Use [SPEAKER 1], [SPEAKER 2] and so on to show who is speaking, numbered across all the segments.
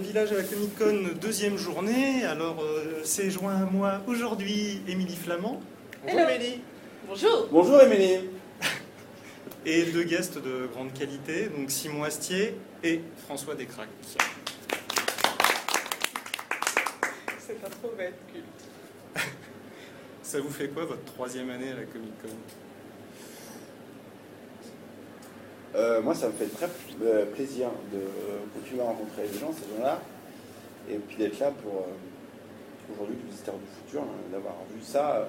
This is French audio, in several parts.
[SPEAKER 1] village à la Comic Con, deuxième journée. Alors, euh, c'est joint à moi aujourd'hui Émilie Flamand. Bonjour
[SPEAKER 2] Hello.
[SPEAKER 1] Émilie.
[SPEAKER 2] Bonjour
[SPEAKER 3] Bonjour Émilie.
[SPEAKER 1] Et deux guests de grande qualité, donc Simon Astier et François Descraques.
[SPEAKER 2] Cette intro va être culte.
[SPEAKER 1] Ça vous fait quoi votre troisième année à la Comic Con
[SPEAKER 3] Euh, moi, ça me fait très euh, plaisir de euh, continuer à rencontrer les gens, ces gens-là, et puis d'être là pour euh, aujourd'hui le visiteur du futur, hein, d'avoir vu ça, euh,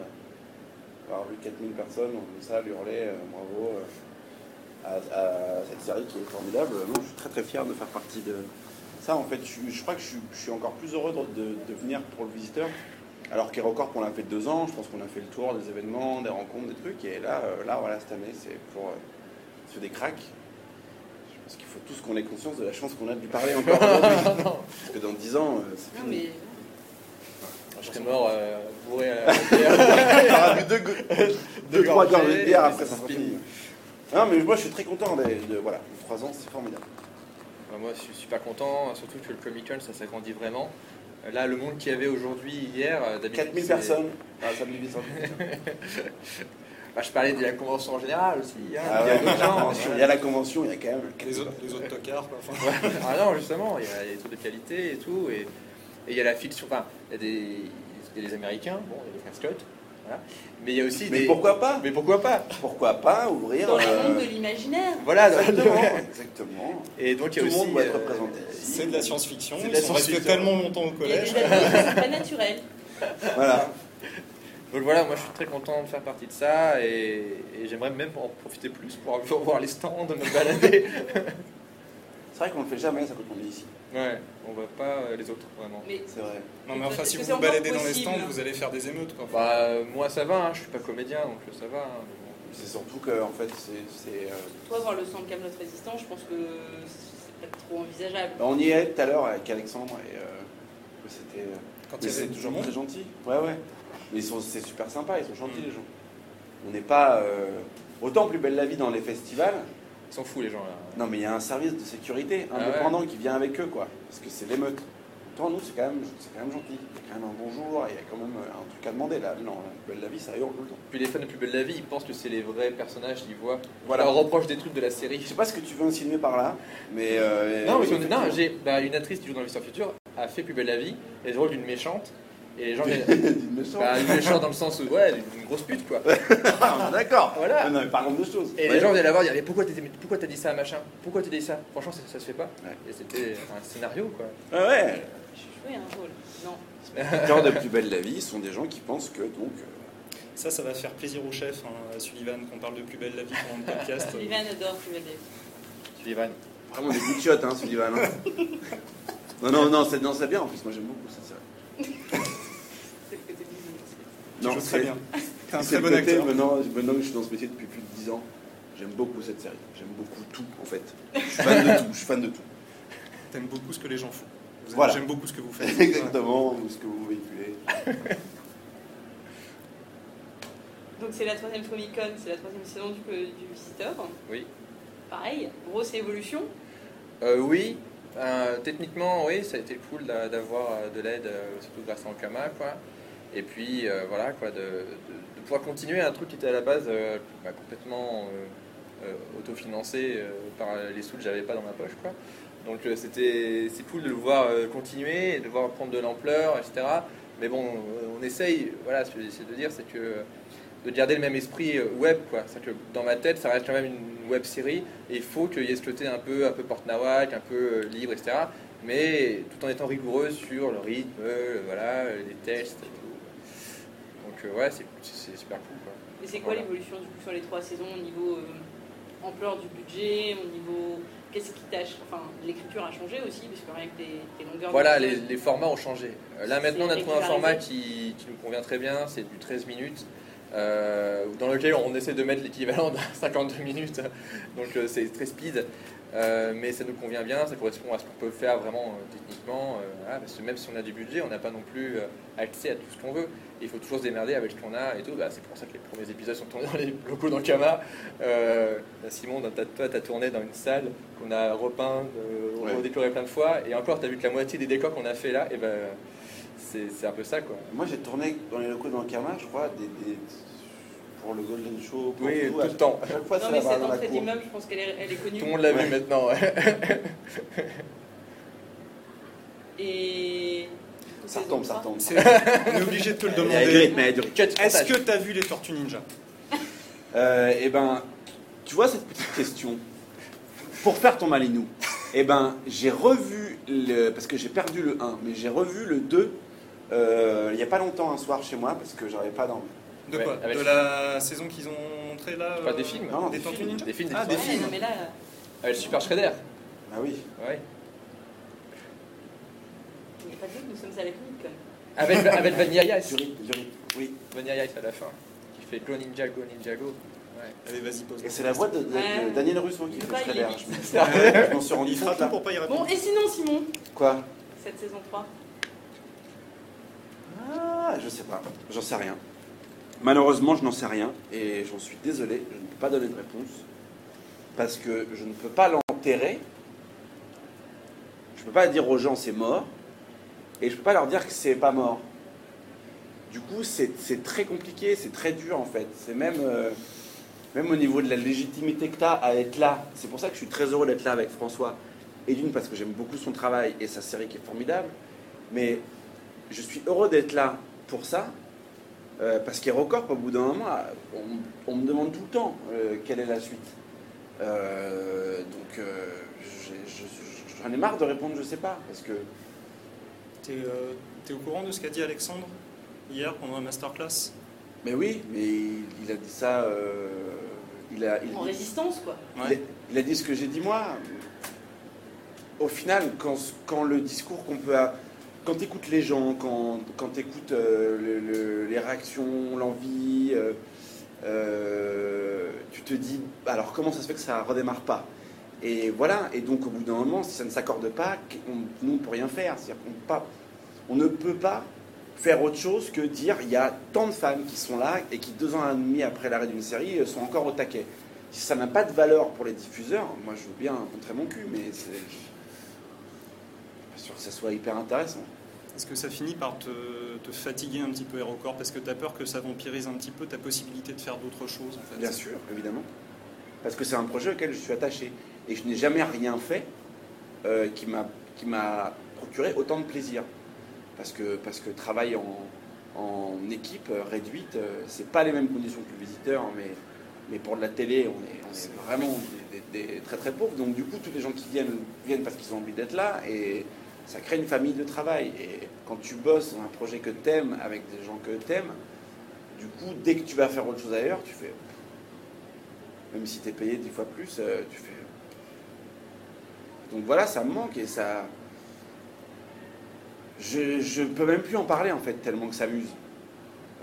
[SPEAKER 3] d'avoir vu 4000 personnes comme ça hurler euh, bravo euh, à, à cette série qui est formidable. Non, je suis très très fier de faire partie de ça. En fait, je, suis- je crois que je, suis- je suis encore plus heureux de, de- de venir pour le visiteur. Alors qu'est record qu'on l'a fait deux ans, je pense qu'on a fait le tour des événements, des rencontres, des trucs, et là, euh, là voilà, cette année, c'est pour euh, sur des cracks. Je pense qu'il faut tous qu'on ait conscience de la chance qu'on a de lui parler encore aujourd'hui. Parce que dans 10 ans, euh, c'est
[SPEAKER 2] Non
[SPEAKER 3] fini.
[SPEAKER 2] mais
[SPEAKER 4] Je serais mort euh, bourré à la bière.
[SPEAKER 3] Il y aura plus deux, go- deux,
[SPEAKER 4] Deux
[SPEAKER 3] trois
[SPEAKER 4] gorgées,
[SPEAKER 3] gorgées de bière
[SPEAKER 4] et
[SPEAKER 3] après
[SPEAKER 4] c'est
[SPEAKER 3] ça sera
[SPEAKER 4] fini.
[SPEAKER 3] fini. Non, mais moi je suis très content. De, de- voilà, 3 ans, c'est formidable.
[SPEAKER 4] Bah, moi, je suis super content, surtout que le Comic Con, ça s'agrandit vraiment. Euh, Là, le monde qu'il y avait aujourd'hui, hier, euh, d'habitude.
[SPEAKER 3] 4000
[SPEAKER 4] c'est-
[SPEAKER 3] personnes. Ah, ça me dit ça.
[SPEAKER 4] Bah, je parlais de la convention en général aussi. hein.
[SPEAKER 3] Ah
[SPEAKER 4] il y a
[SPEAKER 3] ouais,
[SPEAKER 4] d'autres gens.
[SPEAKER 3] Il y a la convention, il y a quand même.
[SPEAKER 1] les autres, les autres tocards, quoi. Enfin,
[SPEAKER 4] Ouais. Ah non, justement, il y a des trucs de qualité et tout. Et, et il y a la fiction. Enfin, il y a des, il y a des Américains, bon, il y a des Scott. Voilà. Mais il y a aussi
[SPEAKER 3] Mais
[SPEAKER 4] des.
[SPEAKER 3] pourquoi pas
[SPEAKER 4] Mais pourquoi pas
[SPEAKER 3] Pourquoi pas ouvrir
[SPEAKER 2] dans
[SPEAKER 3] euh,
[SPEAKER 2] le monde de l'imaginaire
[SPEAKER 4] Voilà, donc-
[SPEAKER 3] Exactement. exactement.
[SPEAKER 4] Et donc, il y a
[SPEAKER 3] Tout le
[SPEAKER 4] aussi.
[SPEAKER 3] monde doit être
[SPEAKER 4] euh,
[SPEAKER 3] représenté.
[SPEAKER 1] c'est de la science-fiction.
[SPEAKER 4] C'est de
[SPEAKER 1] Ils
[SPEAKER 4] la
[SPEAKER 1] sont restés
[SPEAKER 4] science-fiction.
[SPEAKER 1] tellement longtemps au
[SPEAKER 2] Il y a des
[SPEAKER 1] collège.
[SPEAKER 2] amis, c'est pas naturel.
[SPEAKER 3] Voilà.
[SPEAKER 4] Donc voilà, moi je suis très content de faire partie de ça et, et j'aimerais même en profiter plus pour avoir- voir les stands, me balader.
[SPEAKER 3] C'est vrai qu'on le fait jamais, ça quand on est ici.
[SPEAKER 4] Ouais, on voit pas euh, les autres vraiment.
[SPEAKER 2] Mais
[SPEAKER 3] C'est vrai.
[SPEAKER 1] Non, mais enfin,
[SPEAKER 2] Est-ce
[SPEAKER 1] si
[SPEAKER 2] que
[SPEAKER 1] vous
[SPEAKER 2] c'est
[SPEAKER 1] vous baladez
[SPEAKER 2] encore
[SPEAKER 1] dans les
[SPEAKER 2] possible
[SPEAKER 1] stands, vous allez faire des émeutes, quoi.
[SPEAKER 4] Bah euh, moi ça va, hein, je suis pas comédien donc ça va. hein, mais
[SPEAKER 3] C'est surtout que, en fait, c'est. c'est, euh,
[SPEAKER 2] toi voir le sang de Camelot résistant, je pense que c'est pas trop envisageable.
[SPEAKER 3] On y est tout à l'heure avec Alexandre et. euh, C'était. euh,
[SPEAKER 1] quand il
[SPEAKER 3] Mais
[SPEAKER 1] y avait
[SPEAKER 3] c'est
[SPEAKER 1] du
[SPEAKER 3] toujours
[SPEAKER 1] monde.
[SPEAKER 3] très gentil. Ouais, ouais. Mais ils sont, c'est super sympa, ils sont gentils les gens. On n'est pas. euh, autant plus belle la vie dans les festivals.
[SPEAKER 4] bon, Ils s'en foutent les gens là.
[SPEAKER 3] Non, mais il y a un service de sécurité
[SPEAKER 4] Ah ouais.
[SPEAKER 3] indépendant qui vient avec eux, quoi. Parce que c'est l'émeute. Autant nous, c'est quand, même, c'est quand même gentil. Il y a quand même un bonjour, il y a quand même euh, un truc à demander là. Non, la plus belle la vie, sérieux, on le temps.
[SPEAKER 4] Puis les fans de Plus Belle la Vie, ils pensent que c'est les vrais personnages qu'ils voient.
[SPEAKER 3] Voilà.
[SPEAKER 4] Voilà, on reproche des trucs de la
[SPEAKER 3] Je
[SPEAKER 4] série.
[SPEAKER 3] sais pas ce que tu veux insinuer par là, mais. euh,
[SPEAKER 4] Non,
[SPEAKER 3] oui,
[SPEAKER 4] parce que- non,
[SPEAKER 3] effectivement.
[SPEAKER 4] j'ai bah, une actrice qui joue dans l'histoire future a fait Plus Belle la Vie, et le rôle d'une méchante, et les gens...
[SPEAKER 3] D'une leçon.
[SPEAKER 4] bah, une méchante dans le sens où, ouais, une grosse pute quoi.
[SPEAKER 3] Ah, d'accord.
[SPEAKER 4] Voilà.
[SPEAKER 3] Non, mais parlons de choses.
[SPEAKER 4] Et
[SPEAKER 3] Ouais.
[SPEAKER 4] les gens venaient la voir, ils disaient pourquoi t'as pourquoi t'as dit ça à machin Pourquoi t'as dit ça Franchement, ça, ça se fait pas.
[SPEAKER 3] Ouais.
[SPEAKER 4] Et c'était un scénario quoi.
[SPEAKER 3] Ah ouais.
[SPEAKER 2] Je jouais un rôle. Non.
[SPEAKER 3] Les gens de plus belle la vie sont des gens qui pensent que donc. euh,
[SPEAKER 1] Ça, ça va faire plaisir au chef, hein, à Sullivan, qu'on parle de plus belle la vie pendant le podcast.
[SPEAKER 2] Sullivan adore Sullivan.
[SPEAKER 4] Sullivan.
[SPEAKER 3] Vraiment des goûts de chiottes, hein, Sullivan. hein. Non, non, non, c'est, non, c'est bien en plus, moi j'aime beaucoup, ça. ça.
[SPEAKER 2] C'est le côté bisounours.
[SPEAKER 1] Tu
[SPEAKER 3] Non,
[SPEAKER 1] joues
[SPEAKER 3] c'est-
[SPEAKER 1] très bien. T'es un
[SPEAKER 3] C'est
[SPEAKER 1] très
[SPEAKER 3] le
[SPEAKER 1] bon
[SPEAKER 3] côté,
[SPEAKER 1] acteur.
[SPEAKER 3] maintenant, maintenant que je suis dans ce métier depuis plus de 10 ans, j'aime beaucoup cette série. J'aime beaucoup tout, en fait. Je suis fan de tout, je suis fan de tout.
[SPEAKER 1] T'aimes beaucoup ce que les gens font. Vous aimez-
[SPEAKER 3] Voilà.
[SPEAKER 1] J'aime beaucoup ce que vous faites.
[SPEAKER 3] Exactement ce que vous véhiculez.
[SPEAKER 2] Donc c'est la troisième Comic Con, c'est la troisième saison du, euh, du visiteur.
[SPEAKER 4] Oui.
[SPEAKER 2] Pareil, grosse évolution.
[SPEAKER 4] Euh, oui. euh, techniquement, oui, ça a été cool d'a- d'avoir euh, de l'aide, euh, surtout grâce à Ankama quoi. Et puis euh, voilà quoi, de, de- de pouvoir continuer un truc qui était à la base euh, bah, complètement euh, euh, autofinancé euh, par les sous que j'avais pas dans ma poche quoi. Donc euh, c'était c'est cool de le voir euh, continuer, et de le voir prendre de l'ampleur, etc. Mais bon, euh, on essaye, voilà, ce que j'essaie de dire, c'est que euh, de garder le même esprit euh, web, quoi. C'est-à-dire que dans ma tête, ça reste quand même une web série, et il faut qu'il y ait ce côté un peu, un peu porte-nawak, un peu euh, libre, etc. Mais tout en étant rigoureux sur le rythme, euh, voilà, euh, les tests et tout. Donc euh, ouais, c'est- c'est c'est super cool, quoi.
[SPEAKER 2] Et c'est quoi
[SPEAKER 4] Voilà.
[SPEAKER 2] l'évolution du coup sur les trois saisons au niveau euh, ampleur du budget, au niveau qu'est-ce qui t'a ch- enfin l'écriture a changé aussi parce que rien que tes, tes longueurs. de
[SPEAKER 4] Voilà, les,
[SPEAKER 2] vidéos-
[SPEAKER 4] les formats ont changé. Euh, Là
[SPEAKER 2] C'est
[SPEAKER 4] maintenant, on a trouvé un
[SPEAKER 2] régularisé.
[SPEAKER 4] format qui, qui nous convient très bien, c'est du 13 minutes, euh, dans lequel on essaie de mettre l'équivalent d'un 52 minutes, donc euh, c'est très speed. Euh, mais ça nous convient bien, ça correspond à ce qu'on peut faire vraiment euh, techniquement. euh, voilà, parce que même si on a du budget, on n'a pas non plus euh, accès à tout ce qu'on veut. Il faut toujours se démerder avec ce qu'on a et tout. Bah, c'est pour ça que les premiers épisodes sont tournés dans les locaux d'Ankama. Euh, bah, Simon, dans ta- toi, tu as tourné dans une salle qu'on a repeinte, euh,
[SPEAKER 3] Ouais.
[SPEAKER 4] redécorée plein de fois. Et encore, tu as vu que la moitié des décors qu'on a fait là, et ben, c'est c'est un peu ça quoi.
[SPEAKER 3] Moi, j'ai tourné dans les locaux d'Ankerma, je crois, des, des- pour le Golden Show. pour
[SPEAKER 4] Oui, tout
[SPEAKER 3] à-
[SPEAKER 4] le temps.
[SPEAKER 3] À chaque fois,
[SPEAKER 2] Non,
[SPEAKER 3] ça
[SPEAKER 2] mais
[SPEAKER 3] va
[SPEAKER 2] cette
[SPEAKER 3] dans la
[SPEAKER 2] entrée
[SPEAKER 3] cour.
[SPEAKER 2] d'immeuble, je pense qu'elle est, elle est connue.
[SPEAKER 4] Tout le monde l'a
[SPEAKER 3] Ouais.
[SPEAKER 4] vu maintenant. ouais.
[SPEAKER 2] Et.
[SPEAKER 3] Ça retombe, ça retombe.
[SPEAKER 1] C'est- On est obligé de te le
[SPEAKER 3] Mais elle dure,
[SPEAKER 1] demander.
[SPEAKER 3] mais elle dure.
[SPEAKER 4] Cut,
[SPEAKER 1] Est-ce
[SPEAKER 4] montage.
[SPEAKER 1] que t'as vu les Tortues Ninja
[SPEAKER 3] Euh, eh ben, tu vois cette petite question. Pour faire ton Malinou, eh ben, j'ai revu le. Parce que j'ai perdu le 1, mais j'ai revu le 2 euh, il n'y a pas longtemps un soir chez moi parce que j'avais pas d'envie.
[SPEAKER 1] De
[SPEAKER 4] Ouais,
[SPEAKER 1] quoi
[SPEAKER 4] avec-
[SPEAKER 1] De la saison qu'ils ont montrée là
[SPEAKER 4] Pas
[SPEAKER 1] euh,
[SPEAKER 4] des films.
[SPEAKER 3] Non,
[SPEAKER 1] Des
[SPEAKER 3] des
[SPEAKER 1] Tortues
[SPEAKER 3] films.
[SPEAKER 1] Ninja
[SPEAKER 4] Des films, des
[SPEAKER 1] Ah, des
[SPEAKER 4] films.
[SPEAKER 2] Ouais,
[SPEAKER 1] films.
[SPEAKER 2] non, mais là,
[SPEAKER 4] Avec Super Shredder.
[SPEAKER 3] Ah oui.
[SPEAKER 4] Ouais.
[SPEAKER 2] il n'y a pas de doute, nous sommes à la clinique quand même.
[SPEAKER 4] Avec, avec Vanilla Ice.
[SPEAKER 3] Du rythme, du rythme. Oui.
[SPEAKER 4] Vanilla Ice à la fin. Qui fait Go Ninja, Go Ninja Go. Ouais.
[SPEAKER 1] Allez, vas-y, pose.
[SPEAKER 3] Et c'est la voix de, de- de
[SPEAKER 2] Ouais.
[SPEAKER 3] Daniel Russo qui
[SPEAKER 2] Il
[SPEAKER 3] fait
[SPEAKER 2] va, il
[SPEAKER 3] Shredder.
[SPEAKER 2] est
[SPEAKER 3] Je me- je m'en suis rendu
[SPEAKER 1] Il hein. fera
[SPEAKER 3] compte
[SPEAKER 1] tout
[SPEAKER 3] là.
[SPEAKER 1] pour pas y répondre.
[SPEAKER 2] Bon, et sinon, Simon,
[SPEAKER 3] Quoi
[SPEAKER 2] cette saison 3
[SPEAKER 3] Ah, je sais pas, j'en sais rien. Malheureusement, je n'en sais rien et j'en suis désolé, je ne peux pas donner de réponse parce que je ne peux pas l'enterrer. Je ne peux pas dire aux gens c'est mort et je ne peux pas leur dire que c'est pas mort. Du coup, c'est c'est très compliqué, c'est très dur en fait. C'est même, euh, même au niveau de la légitimité que tu as à être là. C'est pour ça que je suis très heureux d'être là avec François. Et d'une, parce que j'aime beaucoup son travail et sa série qui est formidable. Mais je suis heureux d'être là pour ça, euh, parce qu'il y a record, au bout d'un moment, on, on me demande tout le temps euh, quelle est la suite. Euh, donc, euh, j'ai- je- j'en ai marre de répondre, je sais pas, parce que
[SPEAKER 1] T'es euh, t'es au courant de ce qu'a dit Alexandre hier pendant la masterclass
[SPEAKER 3] mais oui, mais il, il a dit ça, euh, il a, il-
[SPEAKER 2] En résistance, quoi.
[SPEAKER 3] Il a- Il a dit ce que j'ai dit moi. Au final, quand, ce- quand le discours qu'on peut... a- Quand tu écoutes les gens, quand, quand tu écoutes les réactions, l'envie, euh, euh, tu te dis, alors comment ça se fait que ça redémarre pas Et voilà, et donc au bout d'un moment, si ça ne s'accorde pas, on- nous, on ne peut rien faire. C'est-à-dire qu'on peut pas- on ne peut pas faire autre chose que dire, il y a tant de femmes qui sont là et qui, deux ans et demi après l'arrêt d'une série, sont encore au taquet. Si ça n'a pas de valeur pour les diffuseurs, moi je veux bien montrer mon cul, mais c'est. Je suis pas sûr que ça soit hyper intéressant.
[SPEAKER 1] Est-ce que ça finit par te, te fatiguer un petit peu, Aéroport Parce que t'as peur que ça vampirise un petit peu ta possibilité de faire d'autres choses, en fait.
[SPEAKER 3] Bien sûr, évidemment. Parce que c'est un projet auquel je suis attaché. Et je n'ai jamais rien fait euh, qui m'a qui m'a procuré autant de plaisir. Parce que, parce que travailler en, en équipe euh, réduite, euh, c'est pas les mêmes conditions que le visiteur, mais, mais pour de la télé, on est, on est vraiment des, des- des très très pauvres. Donc du coup, tous les gens qui viennent viennent parce qu'ils ont envie d'être là et ça crée une famille de travail. Et quand tu bosses dans un projet que t'aimes avec des gens que t'aimes, du coup, dès que tu vas faire autre chose ailleurs, tu fais. Même si tu es payé dix fois plus, euh, tu fais. Donc voilà, ça me manque et ça. Je, je peux même plus en parler en fait, tellement que ça m'use.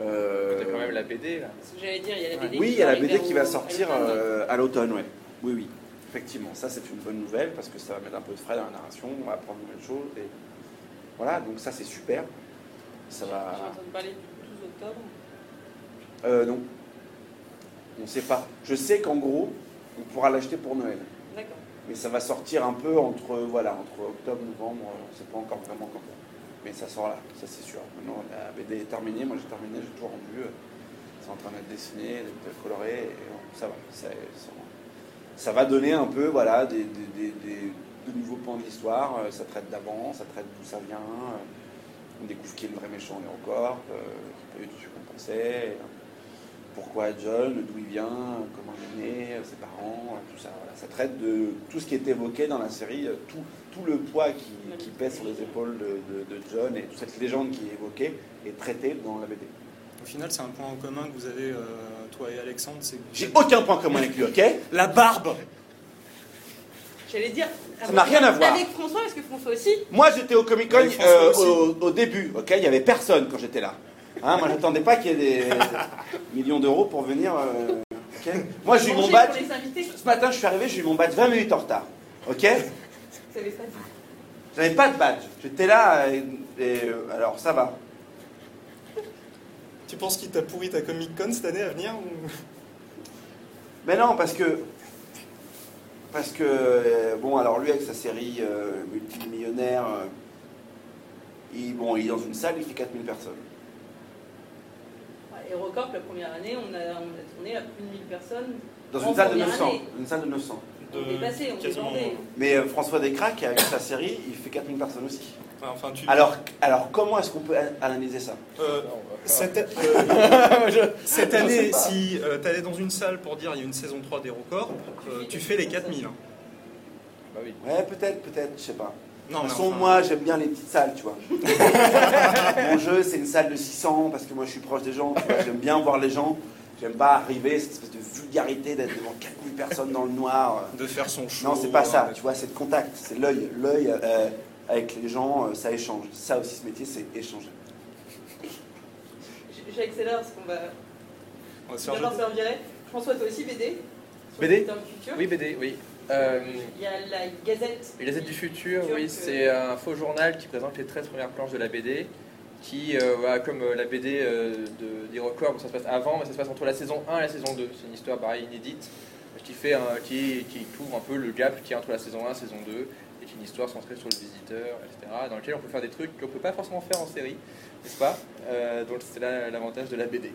[SPEAKER 3] Euh,
[SPEAKER 4] T'as quand même la BD là.
[SPEAKER 2] Parce que j'allais dire, il y a la
[SPEAKER 1] Ouais.
[SPEAKER 2] BD.
[SPEAKER 3] oui, il y a
[SPEAKER 2] va
[SPEAKER 3] la BD
[SPEAKER 2] arriver
[SPEAKER 3] qui
[SPEAKER 2] au-
[SPEAKER 3] va
[SPEAKER 2] à
[SPEAKER 3] sortir
[SPEAKER 2] l'automne.
[SPEAKER 3] euh, à l'automne, ouais. Oui, oui. Effectivement, ça c'est une bonne nouvelle parce que ça va mettre un peu de frais dans la narration, on va apprendre de nouvelles choses. Et... Voilà, donc ça c'est super. Ça va.
[SPEAKER 2] J'ai entendu parler du 12 octobre.
[SPEAKER 3] Euh, non. On ne sait pas. Je sais qu'en gros, on pourra l'acheter pour Noël.
[SPEAKER 2] D'accord.
[SPEAKER 3] Mais ça va sortir un peu entre, voilà, entre octobre, novembre, euh, on ne sait pas encore vraiment quand. Mais ça sort là, ça c'est sûr. Maintenant, la BD est terminée, moi j'ai terminé, j'ai tout rendu. euh, C'est en train d'être dessiné, d'être coloré, et on- ça va. Ça, ça va. Ça va donner un peu voilà, des, des- des- des- de nouveaux pans de l'histoire. euh, Ça traite d'avant, ça traite d'où ça vient. euh, On découvre qui est le vrai méchant en Eurocorp, euh, qui peut être ce qu'on pensait, euh, pourquoi John, d'où il vient, comment il est né, euh, ses parents, tout ça. Voilà. Ça traite de tout ce qui est évoqué dans la série, euh, tout, tout le poids qui, qui pèse sur les épaules de, de- de John et toute cette légende qui est évoquée est traitée dans la BD.
[SPEAKER 1] Au final, c'est un point en commun que vous avez, euh, toi et Alexandre, c'est que vous
[SPEAKER 3] J'ai
[SPEAKER 1] avez-
[SPEAKER 3] aucun point commun avec lui, ok
[SPEAKER 1] la barbe
[SPEAKER 2] J'allais dire.
[SPEAKER 3] Ça n'a rien à voir.
[SPEAKER 2] Avec François, parce que François aussi.
[SPEAKER 3] Moi, j'étais au Comic Con euh,
[SPEAKER 1] Oui, François aussi.
[SPEAKER 3] au, au début, ok Il n'y avait personne quand j'étais là. Hein, moi, j'attendais pas qu'il y ait des millions d'euros pour venir. euh, ok moi, j'ai eu mon
[SPEAKER 2] Manger
[SPEAKER 3] badge.
[SPEAKER 2] Pour les invités.
[SPEAKER 3] Ce matin, je suis arrivé, j'ai eu mon badge 20 minutes en retard. Ok
[SPEAKER 2] Vous savez ça
[SPEAKER 3] J'avais pas de badge. J'étais là, et, et, euh, alors ça va.
[SPEAKER 1] Tu penses qu'il t'a pourri ta Comic Con cette année à venir ou-
[SPEAKER 3] Mais non, parce que. Parce que. euh, Bon, alors lui, avec sa série euh, multimillionnaire, euh, il, bon, il est dans une salle, il fait 4000 personnes.
[SPEAKER 2] Et Recorp, la première année, on a, on a tourné à plus de 1000 personnes.
[SPEAKER 3] Dans
[SPEAKER 2] En
[SPEAKER 3] une salle de
[SPEAKER 2] première
[SPEAKER 3] 900.
[SPEAKER 2] année.
[SPEAKER 3] Une salle de 900.
[SPEAKER 2] On est passé, on est
[SPEAKER 1] quasiment-
[SPEAKER 2] bandé.
[SPEAKER 3] Mais euh, François Descraques, avec sa série, il fait 4000 personnes aussi.
[SPEAKER 1] euh, Enfin, tu...
[SPEAKER 3] Alors, alors comment est-ce qu'on peut a- analyser ça
[SPEAKER 1] Euh,
[SPEAKER 4] Non, on va faire-
[SPEAKER 1] Cette, euh, cette année, si tu allais dans une salle pour dire il y a une saison 3 des records, euh, tu fais les 4000. hein.
[SPEAKER 4] Bah oui.
[SPEAKER 3] Ouais, peut-être, peut-être, je sais pas.
[SPEAKER 1] Non,
[SPEAKER 3] De
[SPEAKER 1] mais
[SPEAKER 3] toute façon,
[SPEAKER 1] enfin,
[SPEAKER 3] moi, j'aime bien les petites salles, tu vois. Mon jeu, c'est une salle de 600 parce que moi, je suis proche des gens. tu vois. J'aime bien voir les gens. J'aime pas arriver, cette espèce de vulgarité d'être devant 4000 personnes dans le noir.
[SPEAKER 1] de faire son show.
[SPEAKER 3] Non, c'est pas ça.
[SPEAKER 1] hein.
[SPEAKER 3] Tu vois, c'est le contact, c'est l'œil. L'œil euh, avec les gens, euh, ça échange. Ça aussi, ce métier, c'est échanger.
[SPEAKER 2] J- J'accélère parce qu'on va
[SPEAKER 1] On va se faire
[SPEAKER 2] d'abord se
[SPEAKER 1] jeter.
[SPEAKER 2] faire virer. François, toi aussi, BD sur
[SPEAKER 4] BD?
[SPEAKER 2] le Twitter Culture.
[SPEAKER 4] Oui, BD, oui. Euh,
[SPEAKER 2] Il y a la Gazette.
[SPEAKER 4] Et Les aides du futur,
[SPEAKER 2] Futur
[SPEAKER 4] oui,
[SPEAKER 2] que-
[SPEAKER 4] c'est un faux journal qui présente les 13 premières planches de la BD, qui, euh, voilà, comme euh, la BD euh, de- des records, bon, ça se passe avant, mais ça se passe entre la saison 1 et la saison 2. C'est une histoire pareil, inédite, qui, fait un- qui, qui couvre un peu le gap qui est entre la saison 1 et la saison 2, et qui est une histoire centrée sur le visiteur, etc., dans laquelle on peut faire des trucs qu'on ne peut pas forcément faire en série, n'est-ce pas Euh, Donc c'est là l'avantage de la BD.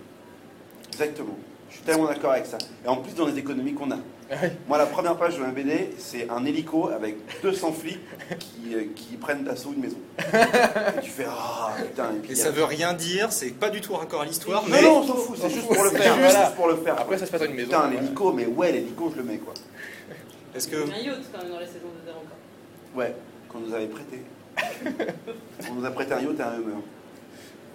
[SPEAKER 3] Exactement. Je suis tellement d'accord avec ça. Et en plus, dans les économies qu'on a.
[SPEAKER 4] Ouais.
[SPEAKER 3] Moi, la première page de ma BD, c'est un hélico avec 200 flics qui, euh, qui prennent d'assaut une maison. Et tu fais Ah, putain, et puis
[SPEAKER 1] Et
[SPEAKER 3] il y a-
[SPEAKER 1] ça veut rien dire, c'est pas du tout raccord à l'histoire,
[SPEAKER 3] Non,
[SPEAKER 1] mais
[SPEAKER 3] non, on s'en fout, c'est juste pour le
[SPEAKER 4] C'est
[SPEAKER 3] faire.
[SPEAKER 4] juste.
[SPEAKER 3] voilà, juste pour le faire.
[SPEAKER 4] Après, ça se passe dans une maison.
[SPEAKER 3] Putain,
[SPEAKER 4] voilà.
[SPEAKER 3] l'hélico, mais ouais, l'hélico, je le mets quoi.
[SPEAKER 1] est-ce
[SPEAKER 2] Il y
[SPEAKER 1] que
[SPEAKER 2] a un yacht quand même dans la saison de Zéro Corp.
[SPEAKER 3] Ouais, qu'on nous avait prêté. on nous a prêté un yacht et un hummer.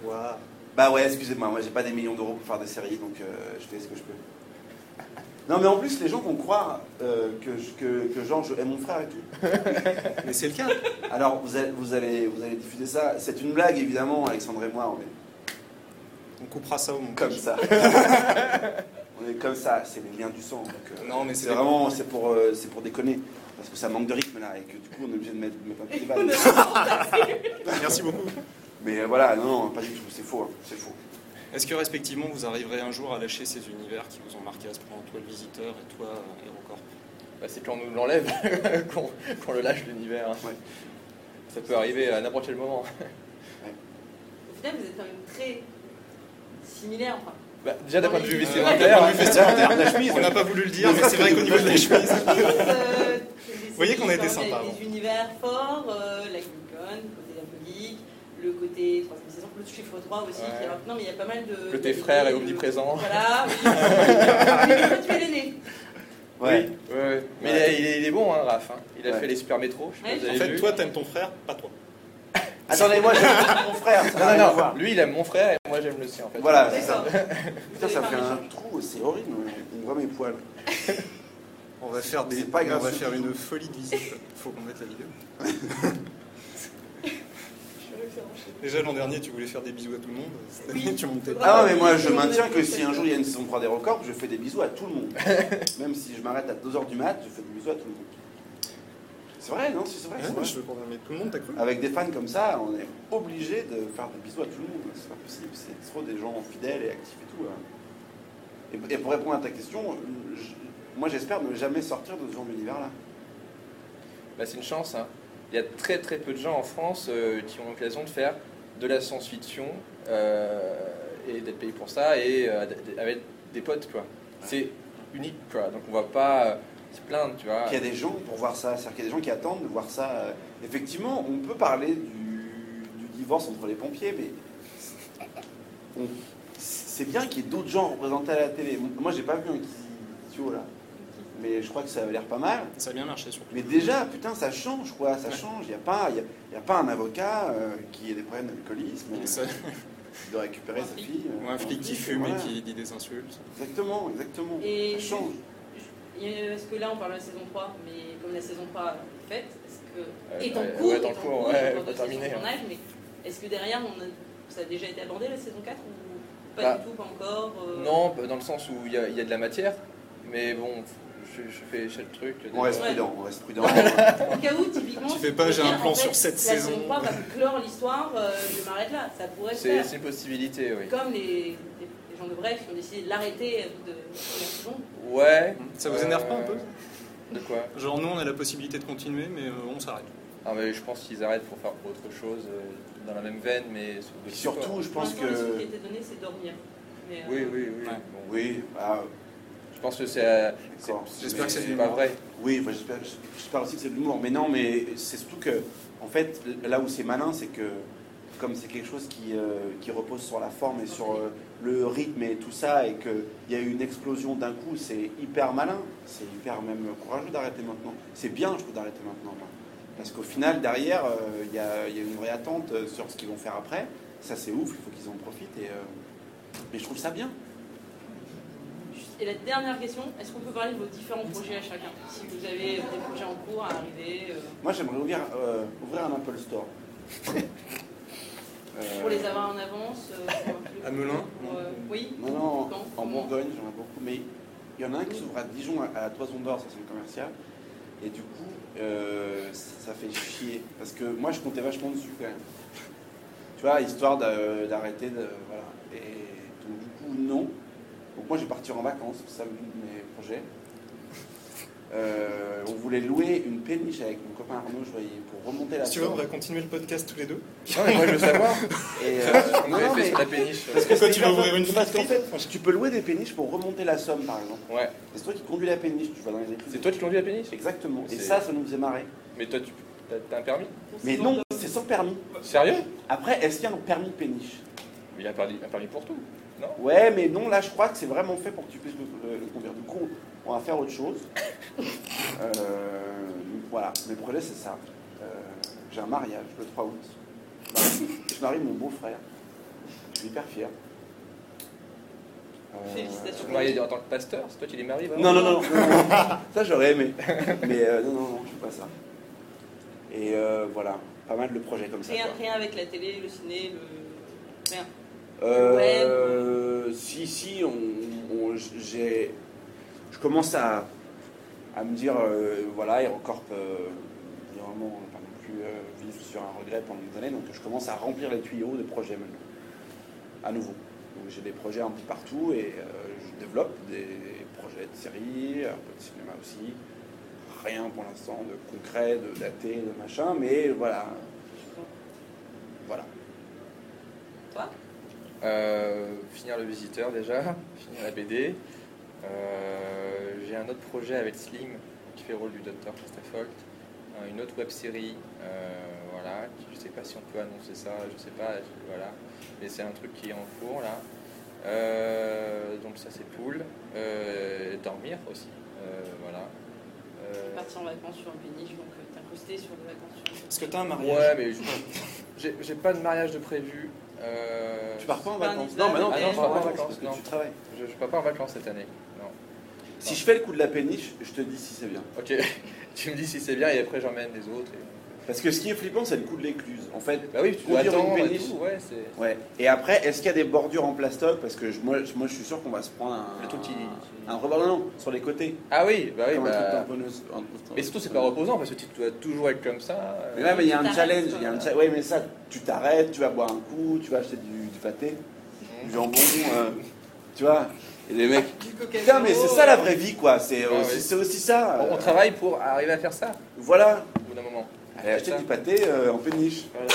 [SPEAKER 1] Ouah.
[SPEAKER 3] Bah ouais, excusez-moi, moi j'ai pas des millions d'euros pour faire des séries, donc euh, je fais ce que je peux. Non, mais en plus, les gens vont croire euh, que, je- que, que genre, je aime mon frère et tout.
[SPEAKER 1] mais c'est le cas
[SPEAKER 3] Alors, vous allez, vous allez, vous allez diffuser ça. C'est une blague, évidemment, Alexandre et moi, on est
[SPEAKER 1] On coupera ça au monde.
[SPEAKER 3] comme ça. on est comme ça, c'est les liens du sang. donc, euh,
[SPEAKER 1] Non, mais c'est
[SPEAKER 3] c'est vraiment c'est pour, euh, c'est pour déconner. Parce que ça manque de rythme là, et que du coup, on est obligé de mettre, mettre un peu des vannes.
[SPEAKER 1] Merci beaucoup.
[SPEAKER 3] Mais euh, voilà, non, non, pas du tout, c'est faux, hein, c'est faux.
[SPEAKER 1] Est-ce que respectivement vous arriverez un jour à lâcher ces univers qui vous ont marqué à ce point, toi le visiteur et toi euh, Hérocorp
[SPEAKER 4] Bah, c'est quand on nous l'enlève qu'on qu'on le lâche l'univers. hein.
[SPEAKER 3] Ouais.
[SPEAKER 4] Ça peut arriver à n'importe quel moment.
[SPEAKER 2] Au final, vous êtes quand même très similaires. Enfin,
[SPEAKER 4] Bah, déjà d'un
[SPEAKER 2] Non,
[SPEAKER 4] point de
[SPEAKER 2] mais-
[SPEAKER 4] vue hein.
[SPEAKER 2] Ouais,
[SPEAKER 1] d'un point de
[SPEAKER 4] vestimentaire,
[SPEAKER 1] vue vestimentaire.
[SPEAKER 3] La chemise,
[SPEAKER 1] On n'a pas voulu le dire,
[SPEAKER 3] Ne
[SPEAKER 1] mais c'est
[SPEAKER 3] serait-ce que
[SPEAKER 1] vrai
[SPEAKER 3] de
[SPEAKER 1] qu'au niveau de la chemise,
[SPEAKER 2] euh,
[SPEAKER 1] Vous voyez qu'on a été
[SPEAKER 2] quand même
[SPEAKER 1] sympa
[SPEAKER 2] Des,
[SPEAKER 1] avant.
[SPEAKER 2] des univers forts, euh, la Comic Con, le côté un peu geek, le côté troisième saison, le chiffre 3 aussi.
[SPEAKER 4] Ouais.
[SPEAKER 2] qui rappe- non, mais il y a pas mal de.
[SPEAKER 4] que tes
[SPEAKER 2] de-
[SPEAKER 4] frères est
[SPEAKER 2] de-
[SPEAKER 4] omniprésent.
[SPEAKER 2] Voilà, oui. Mais toi, tu es l'aîné.
[SPEAKER 3] Ouais.
[SPEAKER 4] Oui, ouais, ouais. Mais
[SPEAKER 3] Ouais.
[SPEAKER 4] il, est, il est bon, hein, Raph. hein. Il a
[SPEAKER 3] Ouais.
[SPEAKER 4] fait les super métros. Je sais pas
[SPEAKER 2] Ouais.
[SPEAKER 4] si vous
[SPEAKER 1] en
[SPEAKER 4] avez
[SPEAKER 1] fait
[SPEAKER 4] vu.
[SPEAKER 1] toi t'aimes ton frère, pas toi.
[SPEAKER 3] Attendez, moi j'aime mon frère, ça n'a
[SPEAKER 4] Non,
[SPEAKER 3] rien à
[SPEAKER 4] non,
[SPEAKER 3] voir.
[SPEAKER 4] non. Lui, il aime mon frère et moi, j'aime le sien. En fait.
[SPEAKER 3] Voilà, Ah, c'est ça.
[SPEAKER 2] D'accord.
[SPEAKER 3] Putain, ça fait un trou, c'est horrible, on voit mes poils.
[SPEAKER 1] On va faire des.
[SPEAKER 3] C'est pas grave.
[SPEAKER 1] On va faire une folie de visite. Faut qu'on mette la vidéo. Déjà l'an dernier tu voulais faire des bisous à tout le monde. Cette année, tu montais.
[SPEAKER 2] Ouais.
[SPEAKER 3] Ah non, mais moi je maintiens que si un jour il y a une saison 3 des records, je fais des bisous à tout le monde. Même si je m'arrête à 2h du mat, je fais des bisous à tout le monde. C'est vrai, non C'est vrai, c'est vrai.
[SPEAKER 1] je veux qu'on mais tout le monde, t'as cru
[SPEAKER 3] Avec des fans comme ça, on est obligé de faire des bisous à tout le monde. hein, C'est pas possible, c'est trop des gens fidèles et actifs et tout. hein. Et, et pour répondre à ta question, je- moi j'espère ne jamais sortir de ce genre d'univers-là.
[SPEAKER 4] Bah, c'est une chance. hein. Il y a très très peu de gens en France euh, qui ont l'occasion de faire de la science-fiction euh, et d'être payés pour ça et euh, d- d- avec des potes quoi. C'est unique quoi. Donc on va pas euh, se plaindre, tu vois.
[SPEAKER 3] Il y a des gens pour voir ça, c'est-à-dire qu'il y a des gens qui attendent de voir ça. Euh, Effectivement, on peut parler du, du divorce entre les pompiers, mais on- c'est bien qu'il y ait d'autres gens représentés à la télé. Moi, j'ai pas vu un Kizio là, mais je crois que ça avait l'air pas mal.
[SPEAKER 1] Ça a bien marché surtout.
[SPEAKER 3] Mais déjà, putain, ça change quoi, ça change. Il n'y a, pas- il y a, il y a pas un avocat euh, qui ait des problèmes d'alcoolisme,
[SPEAKER 1] Et
[SPEAKER 3] euh,
[SPEAKER 1] ça-
[SPEAKER 3] qui doit récupérer sa fille.
[SPEAKER 1] ou
[SPEAKER 3] euh,
[SPEAKER 1] un flic qui fume
[SPEAKER 3] voilà.
[SPEAKER 1] et qui dit des insultes.
[SPEAKER 3] Exactement, exactement.
[SPEAKER 2] Et-
[SPEAKER 3] Ça change.
[SPEAKER 2] Il y a- euh, Parce que là, on parle de la saison 3, mais comme la saison 3 est faite, est-ce que.
[SPEAKER 4] Euh,
[SPEAKER 2] est en
[SPEAKER 4] ouais,
[SPEAKER 2] cours,
[SPEAKER 4] ouais,
[SPEAKER 2] est
[SPEAKER 4] dans
[SPEAKER 2] en
[SPEAKER 4] le cours,
[SPEAKER 2] cours,
[SPEAKER 4] ouais,
[SPEAKER 2] est en
[SPEAKER 4] pas
[SPEAKER 2] cours de saison
[SPEAKER 4] terminé,
[SPEAKER 2] de tournage, mais est-ce que derrière, on a- ça a déjà été abordé la saison 4 ou pas
[SPEAKER 4] Bah,
[SPEAKER 2] du tout, pas encore euh,
[SPEAKER 4] Non, bah, dans le sens où il y, a- il y a de la matière, mais bon, je je, je fais chaque truc.
[SPEAKER 3] On reste
[SPEAKER 2] Ouais.
[SPEAKER 3] prudent, on reste prudent.
[SPEAKER 2] Au cas où, typiquement.
[SPEAKER 1] Tu
[SPEAKER 2] si
[SPEAKER 1] fais
[SPEAKER 2] tu
[SPEAKER 1] pas,
[SPEAKER 2] te
[SPEAKER 1] j'ai
[SPEAKER 2] dis,
[SPEAKER 1] un plan
[SPEAKER 2] en fait,
[SPEAKER 1] sur sept
[SPEAKER 2] la saison
[SPEAKER 1] saisons.
[SPEAKER 2] 3 va clore l'histoire, euh, je m'arrête là. Ça pourrait se
[SPEAKER 4] C'est
[SPEAKER 2] faire.
[SPEAKER 4] c'est une possibilité, oui.
[SPEAKER 2] Comme les, les- les gens de Bref qui ont décidé de l'arrêter à bout de la première saison.
[SPEAKER 4] Ouais. Euh,
[SPEAKER 1] Ça vous énerve pas un peu
[SPEAKER 4] De quoi
[SPEAKER 1] Genre, nous, on a la possibilité de continuer, mais euh, on s'arrête.
[SPEAKER 4] Ah, mais je pense qu'ils arrêtent pour faire autre chose euh, dans la même veine, mais sur
[SPEAKER 3] Et Surtout,
[SPEAKER 4] d'autres supports.
[SPEAKER 3] je
[SPEAKER 2] Pour
[SPEAKER 3] pense
[SPEAKER 2] l'instant, le seul qui
[SPEAKER 3] que.
[SPEAKER 2] était donné, c'est dormir. Mais, euh,
[SPEAKER 4] Oui, oui, oui.
[SPEAKER 1] Ouais.
[SPEAKER 4] Bon,
[SPEAKER 3] Oui, ah,
[SPEAKER 4] Je pense que c'est. euh, c'est-
[SPEAKER 3] D'accord.
[SPEAKER 1] J'espère que c'est du
[SPEAKER 4] pas
[SPEAKER 1] humour.
[SPEAKER 4] vrai.
[SPEAKER 3] Oui, moi, j'espère, j'espère aussi que c'est de l'humour. Mais non, mais c'est surtout que, en fait, là où c'est malin, c'est que, comme c'est quelque chose qui, euh, qui repose sur la forme et sur euh, le rythme et tout ça, et qu'il y a eu une explosion d'un coup, c'est hyper malin. C'est hyper même courageux d'arrêter maintenant. C'est bien, je trouve, d'arrêter maintenant. moi. Parce qu'au final, derrière, euh, il y, a, il y a une vraie attente euh, sur ce qu'ils vont faire après. Ça, c'est ouf, il faut qu'ils en profitent. Et, euh, mais je trouve ça bien.
[SPEAKER 2] juste- Et la dernière question, est-ce qu'on peut parler de vos différents projets à chacun Si vous avez euh, des projets en cours à arriver, euh,
[SPEAKER 3] Moi, j'aimerais ouvrir, euh, ouvrir un Apple Store. Euh,
[SPEAKER 2] pour les avoir en avance euh, pour un peu-
[SPEAKER 1] À Melun
[SPEAKER 2] pour, euh, Oui.
[SPEAKER 3] Non, non,
[SPEAKER 2] Quand
[SPEAKER 3] en
[SPEAKER 2] Comment
[SPEAKER 3] Bourgogne, j'aimerais beaucoup. Mais il y en a un qui s'ouvre à Dijon, à, à Toison d'Or, ça c'est le commercial. Et du coup, euh, ça, ça fait chier. Parce que moi, je comptais vachement dessus quand même. Tu vois, histoire d'a- d'arrêter de. Voilà. Et donc, du coup, non. Donc, moi, je vais partir en vacances, c'est ça mes projets. Euh, on voulait louer une péniche avec mon copain Arnaud Joyer pour remonter la
[SPEAKER 1] Si tu veux, on
[SPEAKER 3] Tour.
[SPEAKER 1] va continuer le podcast tous les deux.
[SPEAKER 4] Non, mais moi je veux savoir.
[SPEAKER 3] Et, euh,
[SPEAKER 4] On
[SPEAKER 3] non,
[SPEAKER 4] avait
[SPEAKER 3] non,
[SPEAKER 4] fait
[SPEAKER 3] mais-
[SPEAKER 4] sur la péniche. euh,
[SPEAKER 3] parce que
[SPEAKER 1] Pourquoi
[SPEAKER 3] c'est
[SPEAKER 1] tu
[SPEAKER 3] hyper
[SPEAKER 1] veux
[SPEAKER 3] fort.
[SPEAKER 1] ouvrir une
[SPEAKER 3] Parce qu'en fait,
[SPEAKER 1] friterie
[SPEAKER 3] tu peux louer des péniches pour remonter la Somme, par exemple.
[SPEAKER 4] Ouais.
[SPEAKER 3] C'est toi qui conduis la péniche, tu vas dans les écrits.
[SPEAKER 4] C'est toi qui conduis la péniche
[SPEAKER 3] Exactement. Et
[SPEAKER 4] C'est-
[SPEAKER 3] ça, ça nous faisait marrer.
[SPEAKER 4] Mais toi, tu t'as- t'as un permis
[SPEAKER 3] Mais non, c'est sans permis.
[SPEAKER 4] Sérieux
[SPEAKER 3] Après, est-ce qu'il y a un permis péniche
[SPEAKER 4] Il a un permis, un permis pour tout. Non
[SPEAKER 3] Ouais, mais non, là, je crois que c'est vraiment fait pour que tu puisses le, le- le conduire. Du coup, on va faire autre chose. Euh, voilà, mes projets, c'est ça. Euh, J'ai un mariage le 3 août. Je marie- Je marie mon beau-frère. Je suis hyper fier. Euh,
[SPEAKER 2] Félicitations.
[SPEAKER 4] Tu es marié en tant que pasteur C'est toi qui les maries vraiment
[SPEAKER 3] Non, non, non, non, non, non. ça j'aurais aimé. Mais euh, non, non, non, je fais pas ça. Et euh, voilà, pas mal de projets comme ça.
[SPEAKER 2] Rien,
[SPEAKER 3] quoi.
[SPEAKER 2] rien avec la télé, le ciné, le. Rien.
[SPEAKER 3] Euh, Si, si, on, on- j'ai, je commence à, à me dire, euh, voilà, Aérocorp, euh, évidemment, on peut pas non plus euh, vivre sur un regret pendant des années, donc je commence à remplir les tuyaux de projets maintenant, à nouveau. Donc j'ai des projets un peu partout et euh, je développe des projets de séries, un peu de cinéma aussi. Rien pour l'instant de concret, de daté, de machin, mais voilà, voilà.
[SPEAKER 4] Euh, finir le visiteur déjà, finir la BD. Euh, J'ai un autre projet avec Slim qui fait le rôle du docteur Christophe Holt. Euh, Une autre web série, euh, voilà. qui- Je sais pas si on peut annoncer ça, je sais pas, je- voilà. Mais c'est un truc qui est en cours là. Euh, donc ça c'est cool. Euh, dormir aussi, euh, voilà. Euh,
[SPEAKER 2] Partir en vacances sur une péniche, donc euh, t'incruster sur des vacances sur une
[SPEAKER 1] Est-ce que t'as un
[SPEAKER 4] Ouais,
[SPEAKER 1] mariage
[SPEAKER 4] mais je- j'ai- j'ai pas de mariage de prévu. Euh,
[SPEAKER 3] Tu pars pas en
[SPEAKER 2] Pas un
[SPEAKER 3] vacances
[SPEAKER 2] hiver,
[SPEAKER 3] Non, mais non,
[SPEAKER 4] Ah
[SPEAKER 3] tu
[SPEAKER 4] non,
[SPEAKER 3] pars
[SPEAKER 4] je pars
[SPEAKER 3] pas en
[SPEAKER 4] pas en
[SPEAKER 3] vacances,
[SPEAKER 4] vacances,
[SPEAKER 3] parce
[SPEAKER 4] non.
[SPEAKER 3] que tu travailles.
[SPEAKER 4] Je, je pars pas en vacances cette année. Non.
[SPEAKER 3] Si je fais le coup de la péniche, je te dis si c'est bien.
[SPEAKER 4] Ok. tu me dis si c'est bien et après j'emmène les autres. et-
[SPEAKER 3] Parce que ce qui est flippant, c'est le coup de l'écluse. En fait,
[SPEAKER 4] Bah oui, tu dois
[SPEAKER 3] Conduire une
[SPEAKER 4] attendre et
[SPEAKER 3] péniche.
[SPEAKER 4] tout. Ouais, c'est.
[SPEAKER 3] ouais. Et après, est-ce qu'il y a des bordures en plastoc Parce que je- moi, je- moi, je suis sûr qu'on va se prendre un.
[SPEAKER 4] Le truc qui-
[SPEAKER 3] Un rebord, non, non, sur les côtés.
[SPEAKER 4] Ah oui, bah oui.
[SPEAKER 3] Comme un truc
[SPEAKER 4] Bah...
[SPEAKER 3] tamponneuse.
[SPEAKER 4] Mais surtout c'est pas reposant parce que tu dois toujours être comme ça. euh.
[SPEAKER 3] Mais là, mais il y a
[SPEAKER 2] Tu
[SPEAKER 3] un
[SPEAKER 2] t'arrêtes,
[SPEAKER 3] challenge.
[SPEAKER 2] quoi.
[SPEAKER 3] il y a un cha- Ouais, mais ça, tu t'arrêtes, tu vas boire un coup, tu vas acheter du, du pâté, du jambon, euh, tu vois. Et les mecs. Putain, mais c'est ça la vraie vie, quoi. C'est
[SPEAKER 4] Ah
[SPEAKER 3] aussi,
[SPEAKER 4] oui.
[SPEAKER 3] c'est aussi ça.
[SPEAKER 4] On, on
[SPEAKER 3] euh,
[SPEAKER 4] travaille pour arriver à faire ça
[SPEAKER 3] Voilà.
[SPEAKER 4] au bout d'un moment.
[SPEAKER 3] Allez, acheter
[SPEAKER 4] ça.
[SPEAKER 3] du pâté euh, en péniche.
[SPEAKER 4] Voilà.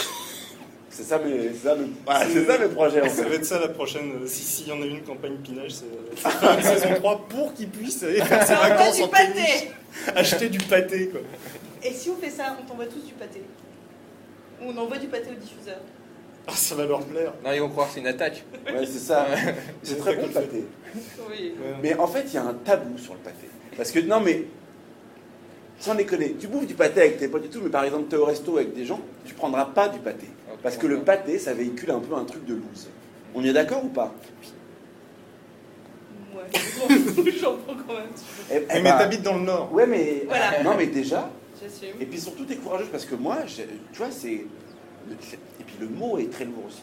[SPEAKER 3] C'est ça mes, c'est ça mes, ah, c'est ça mes projets en
[SPEAKER 1] Ça
[SPEAKER 3] fait.
[SPEAKER 1] va être ça la prochaine. euh, Si s'il y en a une campagne pinage, c'est euh, c'est faire une saison 3 pour qu'ils puissent aller faire ses vacances en
[SPEAKER 2] du pâté
[SPEAKER 1] péniche, acheter du pâté. Quoi.
[SPEAKER 2] Et si on fait ça, on t'envoie tous du pâté. Ou on envoie du pâté au diffuseur.
[SPEAKER 1] Ah, ça va leur plaire.
[SPEAKER 4] Non, ils vont croire que c'est une attaque.
[SPEAKER 3] Ouais, c'est ça. C'est très bon le pâté.
[SPEAKER 2] Oui.
[SPEAKER 1] Mais
[SPEAKER 3] Mais en fait, il y a un tabou sur le pâté. Parce que non, mais sans déconner, tu bouffes du pâté avec tes potes et tout, mais par exemple, t'es au resto avec des gens, tu prendras pas du pâté. Parce que le pâté, ça véhicule un peu un truc de loose. On y est d'accord ou pas
[SPEAKER 2] Ouais, j'en prends- j'en prends quand même.
[SPEAKER 3] Eh- eh
[SPEAKER 1] mais
[SPEAKER 3] bah,
[SPEAKER 1] t'habites dans le Nord.
[SPEAKER 3] Ouais, mais
[SPEAKER 2] Voilà.
[SPEAKER 3] non, mais déjà.
[SPEAKER 2] J'assume.
[SPEAKER 3] Et puis surtout, t'es courageuse parce que moi, j'ai- tu vois, c'est et puis le mot est très lourd aussi.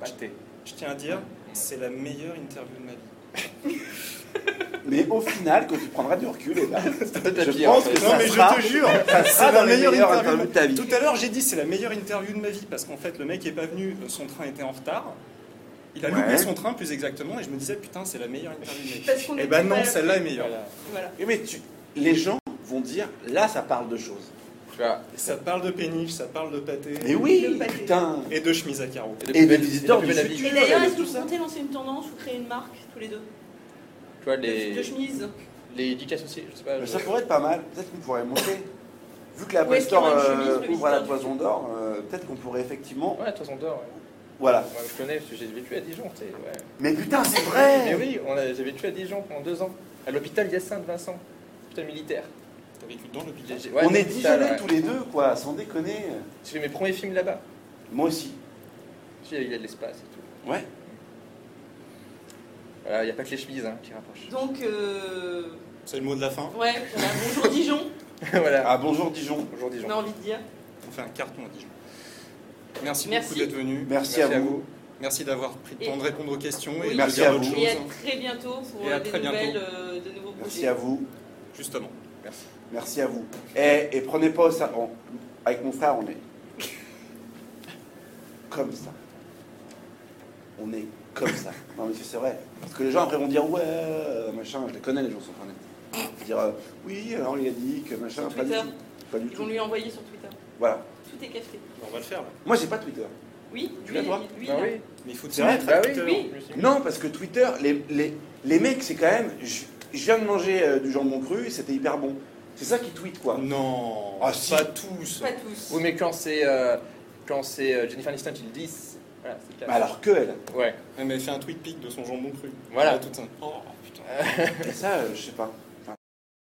[SPEAKER 4] pâté.
[SPEAKER 1] Je tiens à dire, c'est la meilleure interview de ma vie.
[SPEAKER 3] Mais au final, quand tu prendras du recul, et ben,
[SPEAKER 4] Peut-être
[SPEAKER 3] je
[SPEAKER 4] pire, en
[SPEAKER 3] pense
[SPEAKER 4] fait.
[SPEAKER 3] que
[SPEAKER 1] Non,
[SPEAKER 3] ça
[SPEAKER 1] mais
[SPEAKER 3] sera-
[SPEAKER 1] je te jure,
[SPEAKER 3] ça
[SPEAKER 1] c'est la
[SPEAKER 3] sera dans les
[SPEAKER 1] meilleure
[SPEAKER 3] meilleures
[SPEAKER 1] interview.
[SPEAKER 3] interviews de ta vie.
[SPEAKER 1] Tout à l'heure, j'ai dit c'est la meilleure interview de ma vie parce qu'en fait, le mec est pas venu, euh, son train était en retard. Il a
[SPEAKER 3] Ouais.
[SPEAKER 1] loupé son train plus exactement et je me disais putain, c'est la meilleure interview de ma vie.
[SPEAKER 2] Parce qu'on
[SPEAKER 1] Eh
[SPEAKER 2] était
[SPEAKER 1] ben
[SPEAKER 2] pas
[SPEAKER 1] non,
[SPEAKER 2] là.
[SPEAKER 1] celle-là est meilleure.
[SPEAKER 2] Voilà.
[SPEAKER 3] Oui, Mais tu- les gens vont dire, là, ça parle de choses.
[SPEAKER 4] Tu vois,
[SPEAKER 1] Ça parle de péniche, ça parle de pâté
[SPEAKER 3] Mais oui,
[SPEAKER 2] Le pâté.
[SPEAKER 3] putain.
[SPEAKER 1] et de chemise à carreaux.
[SPEAKER 4] de
[SPEAKER 3] Et
[SPEAKER 4] plus
[SPEAKER 3] des
[SPEAKER 4] belle-
[SPEAKER 3] visiteurs
[SPEAKER 4] de plus
[SPEAKER 3] du
[SPEAKER 4] belle la vie.
[SPEAKER 3] futur.
[SPEAKER 2] Et d'ailleurs, est-ce que vous comptez lancer une tendance ou créer une marque tous les deux
[SPEAKER 4] Tu vois,
[SPEAKER 2] de, de
[SPEAKER 4] les,
[SPEAKER 2] chemises
[SPEAKER 4] les geeks associés, je sais pas.
[SPEAKER 3] Mais
[SPEAKER 4] je-
[SPEAKER 3] ça pourrait être pas mal. Peut-être qu'on pourrait monter. Vu que la
[SPEAKER 2] Où
[SPEAKER 3] Apple
[SPEAKER 2] est-ce qu'il y
[SPEAKER 3] Store
[SPEAKER 2] aura une chemise,
[SPEAKER 3] euh,
[SPEAKER 2] le
[SPEAKER 3] ouvre à la
[SPEAKER 2] visiteur du
[SPEAKER 3] Toison d'Or, euh, peut-être qu'on pourrait effectivement.
[SPEAKER 4] Ouais, 300 d'or, ouais.
[SPEAKER 3] Voilà.
[SPEAKER 4] Moi, je connais, parce que j'ai vécu à Dijon, tu sais. Ouais.
[SPEAKER 3] Mais putain, c'est vrai
[SPEAKER 4] Mais oui, on a- j'ai vécu à Dijon pendant deux ans, à l'hôpital Hyacinthe-Vincent, hôpital militaire.
[SPEAKER 1] T'as vécu dans l'hôpital.
[SPEAKER 4] J'ai- j'ai- ouais,
[SPEAKER 3] On est
[SPEAKER 4] l'hôpital,
[SPEAKER 3] dijonnés
[SPEAKER 4] ouais.
[SPEAKER 3] tous les deux, quoi, sans déconner.
[SPEAKER 4] J'ai fait mes premiers films là-bas.
[SPEAKER 3] Moi aussi.
[SPEAKER 4] Tu sais, Il y a de l'espace et tout.
[SPEAKER 3] Ouais.
[SPEAKER 4] Voilà, il n'y a pas que les chemises hein, qui rapprochent.
[SPEAKER 2] Donc, euh,
[SPEAKER 1] C'est le mot de la fin.
[SPEAKER 2] ouais, voilà. bonjour Dijon,
[SPEAKER 4] voilà.
[SPEAKER 3] Ah, bonjour Dijon.
[SPEAKER 4] Bonjour Dijon.
[SPEAKER 2] on a envie de dire.
[SPEAKER 1] On fait un carton à Dijon. Merci,
[SPEAKER 2] Merci.
[SPEAKER 1] beaucoup d'être venu.
[SPEAKER 3] Merci, à vous.
[SPEAKER 1] Merci d'avoir pris le temps de répondre aux questions et
[SPEAKER 2] Oui.
[SPEAKER 1] de
[SPEAKER 3] Merci
[SPEAKER 1] dire
[SPEAKER 3] à
[SPEAKER 1] d'autres
[SPEAKER 3] vous.
[SPEAKER 2] Et à
[SPEAKER 1] choses.
[SPEAKER 2] très bientôt pour
[SPEAKER 1] Et à
[SPEAKER 2] euh, des
[SPEAKER 1] très bientôt.
[SPEAKER 2] nouvelles, euh, de nouveaux
[SPEAKER 3] Merci à vous.
[SPEAKER 1] Justement.
[SPEAKER 3] Merci à vous. Eh, Et, et prenez pas au sérieux. On- Avec mon frère, on est. Comme ça. On est comme ça. Non, mais c'est vrai. Parce que les gens après vont dire ouais, euh, machin. Je les connais, les gens sur Internet. Ils vont Dire euh, oui, euh, organique, machin.
[SPEAKER 2] Sur
[SPEAKER 3] Pas du
[SPEAKER 2] Twitter.
[SPEAKER 3] tout. Pas du
[SPEAKER 2] Ils vont
[SPEAKER 3] tout.
[SPEAKER 2] lui envoyer sur Twitter.
[SPEAKER 3] Voilà.
[SPEAKER 2] Tout est café.
[SPEAKER 1] On va le faire là.
[SPEAKER 3] Moi, j'ai pas Twitter.
[SPEAKER 2] Oui,
[SPEAKER 3] Tu Bah
[SPEAKER 2] lui,
[SPEAKER 3] l'as, toi
[SPEAKER 2] lui,
[SPEAKER 4] Ah
[SPEAKER 2] là.
[SPEAKER 4] oui.
[SPEAKER 1] Mais il faut te
[SPEAKER 3] C'est vrai,
[SPEAKER 1] mettre
[SPEAKER 4] Bah
[SPEAKER 1] à
[SPEAKER 4] oui,
[SPEAKER 1] Twitter.
[SPEAKER 2] oui.
[SPEAKER 3] Non, parce que Twitter, les, les, les mecs, c'est quand même. Je, je viens de manger euh, du jambon cru, c'était hyper bon. C'est ça qui tweet, quoi.
[SPEAKER 2] Mm.
[SPEAKER 1] Non,
[SPEAKER 3] Ah, si.
[SPEAKER 1] pas tous.
[SPEAKER 2] Pas tous.
[SPEAKER 4] Oui, mais quand c'est euh, quand c'est euh, Jennifer Aniston qui le dit, c'est- voilà, c'est classe.
[SPEAKER 3] Bah alors que elle.
[SPEAKER 4] Ouais.
[SPEAKER 1] Elle m'a fait un tweet pic de son jambon cru.
[SPEAKER 4] Voilà.
[SPEAKER 1] Elle a tout un- Oh, putain.
[SPEAKER 3] Et ça, euh, je sais pas.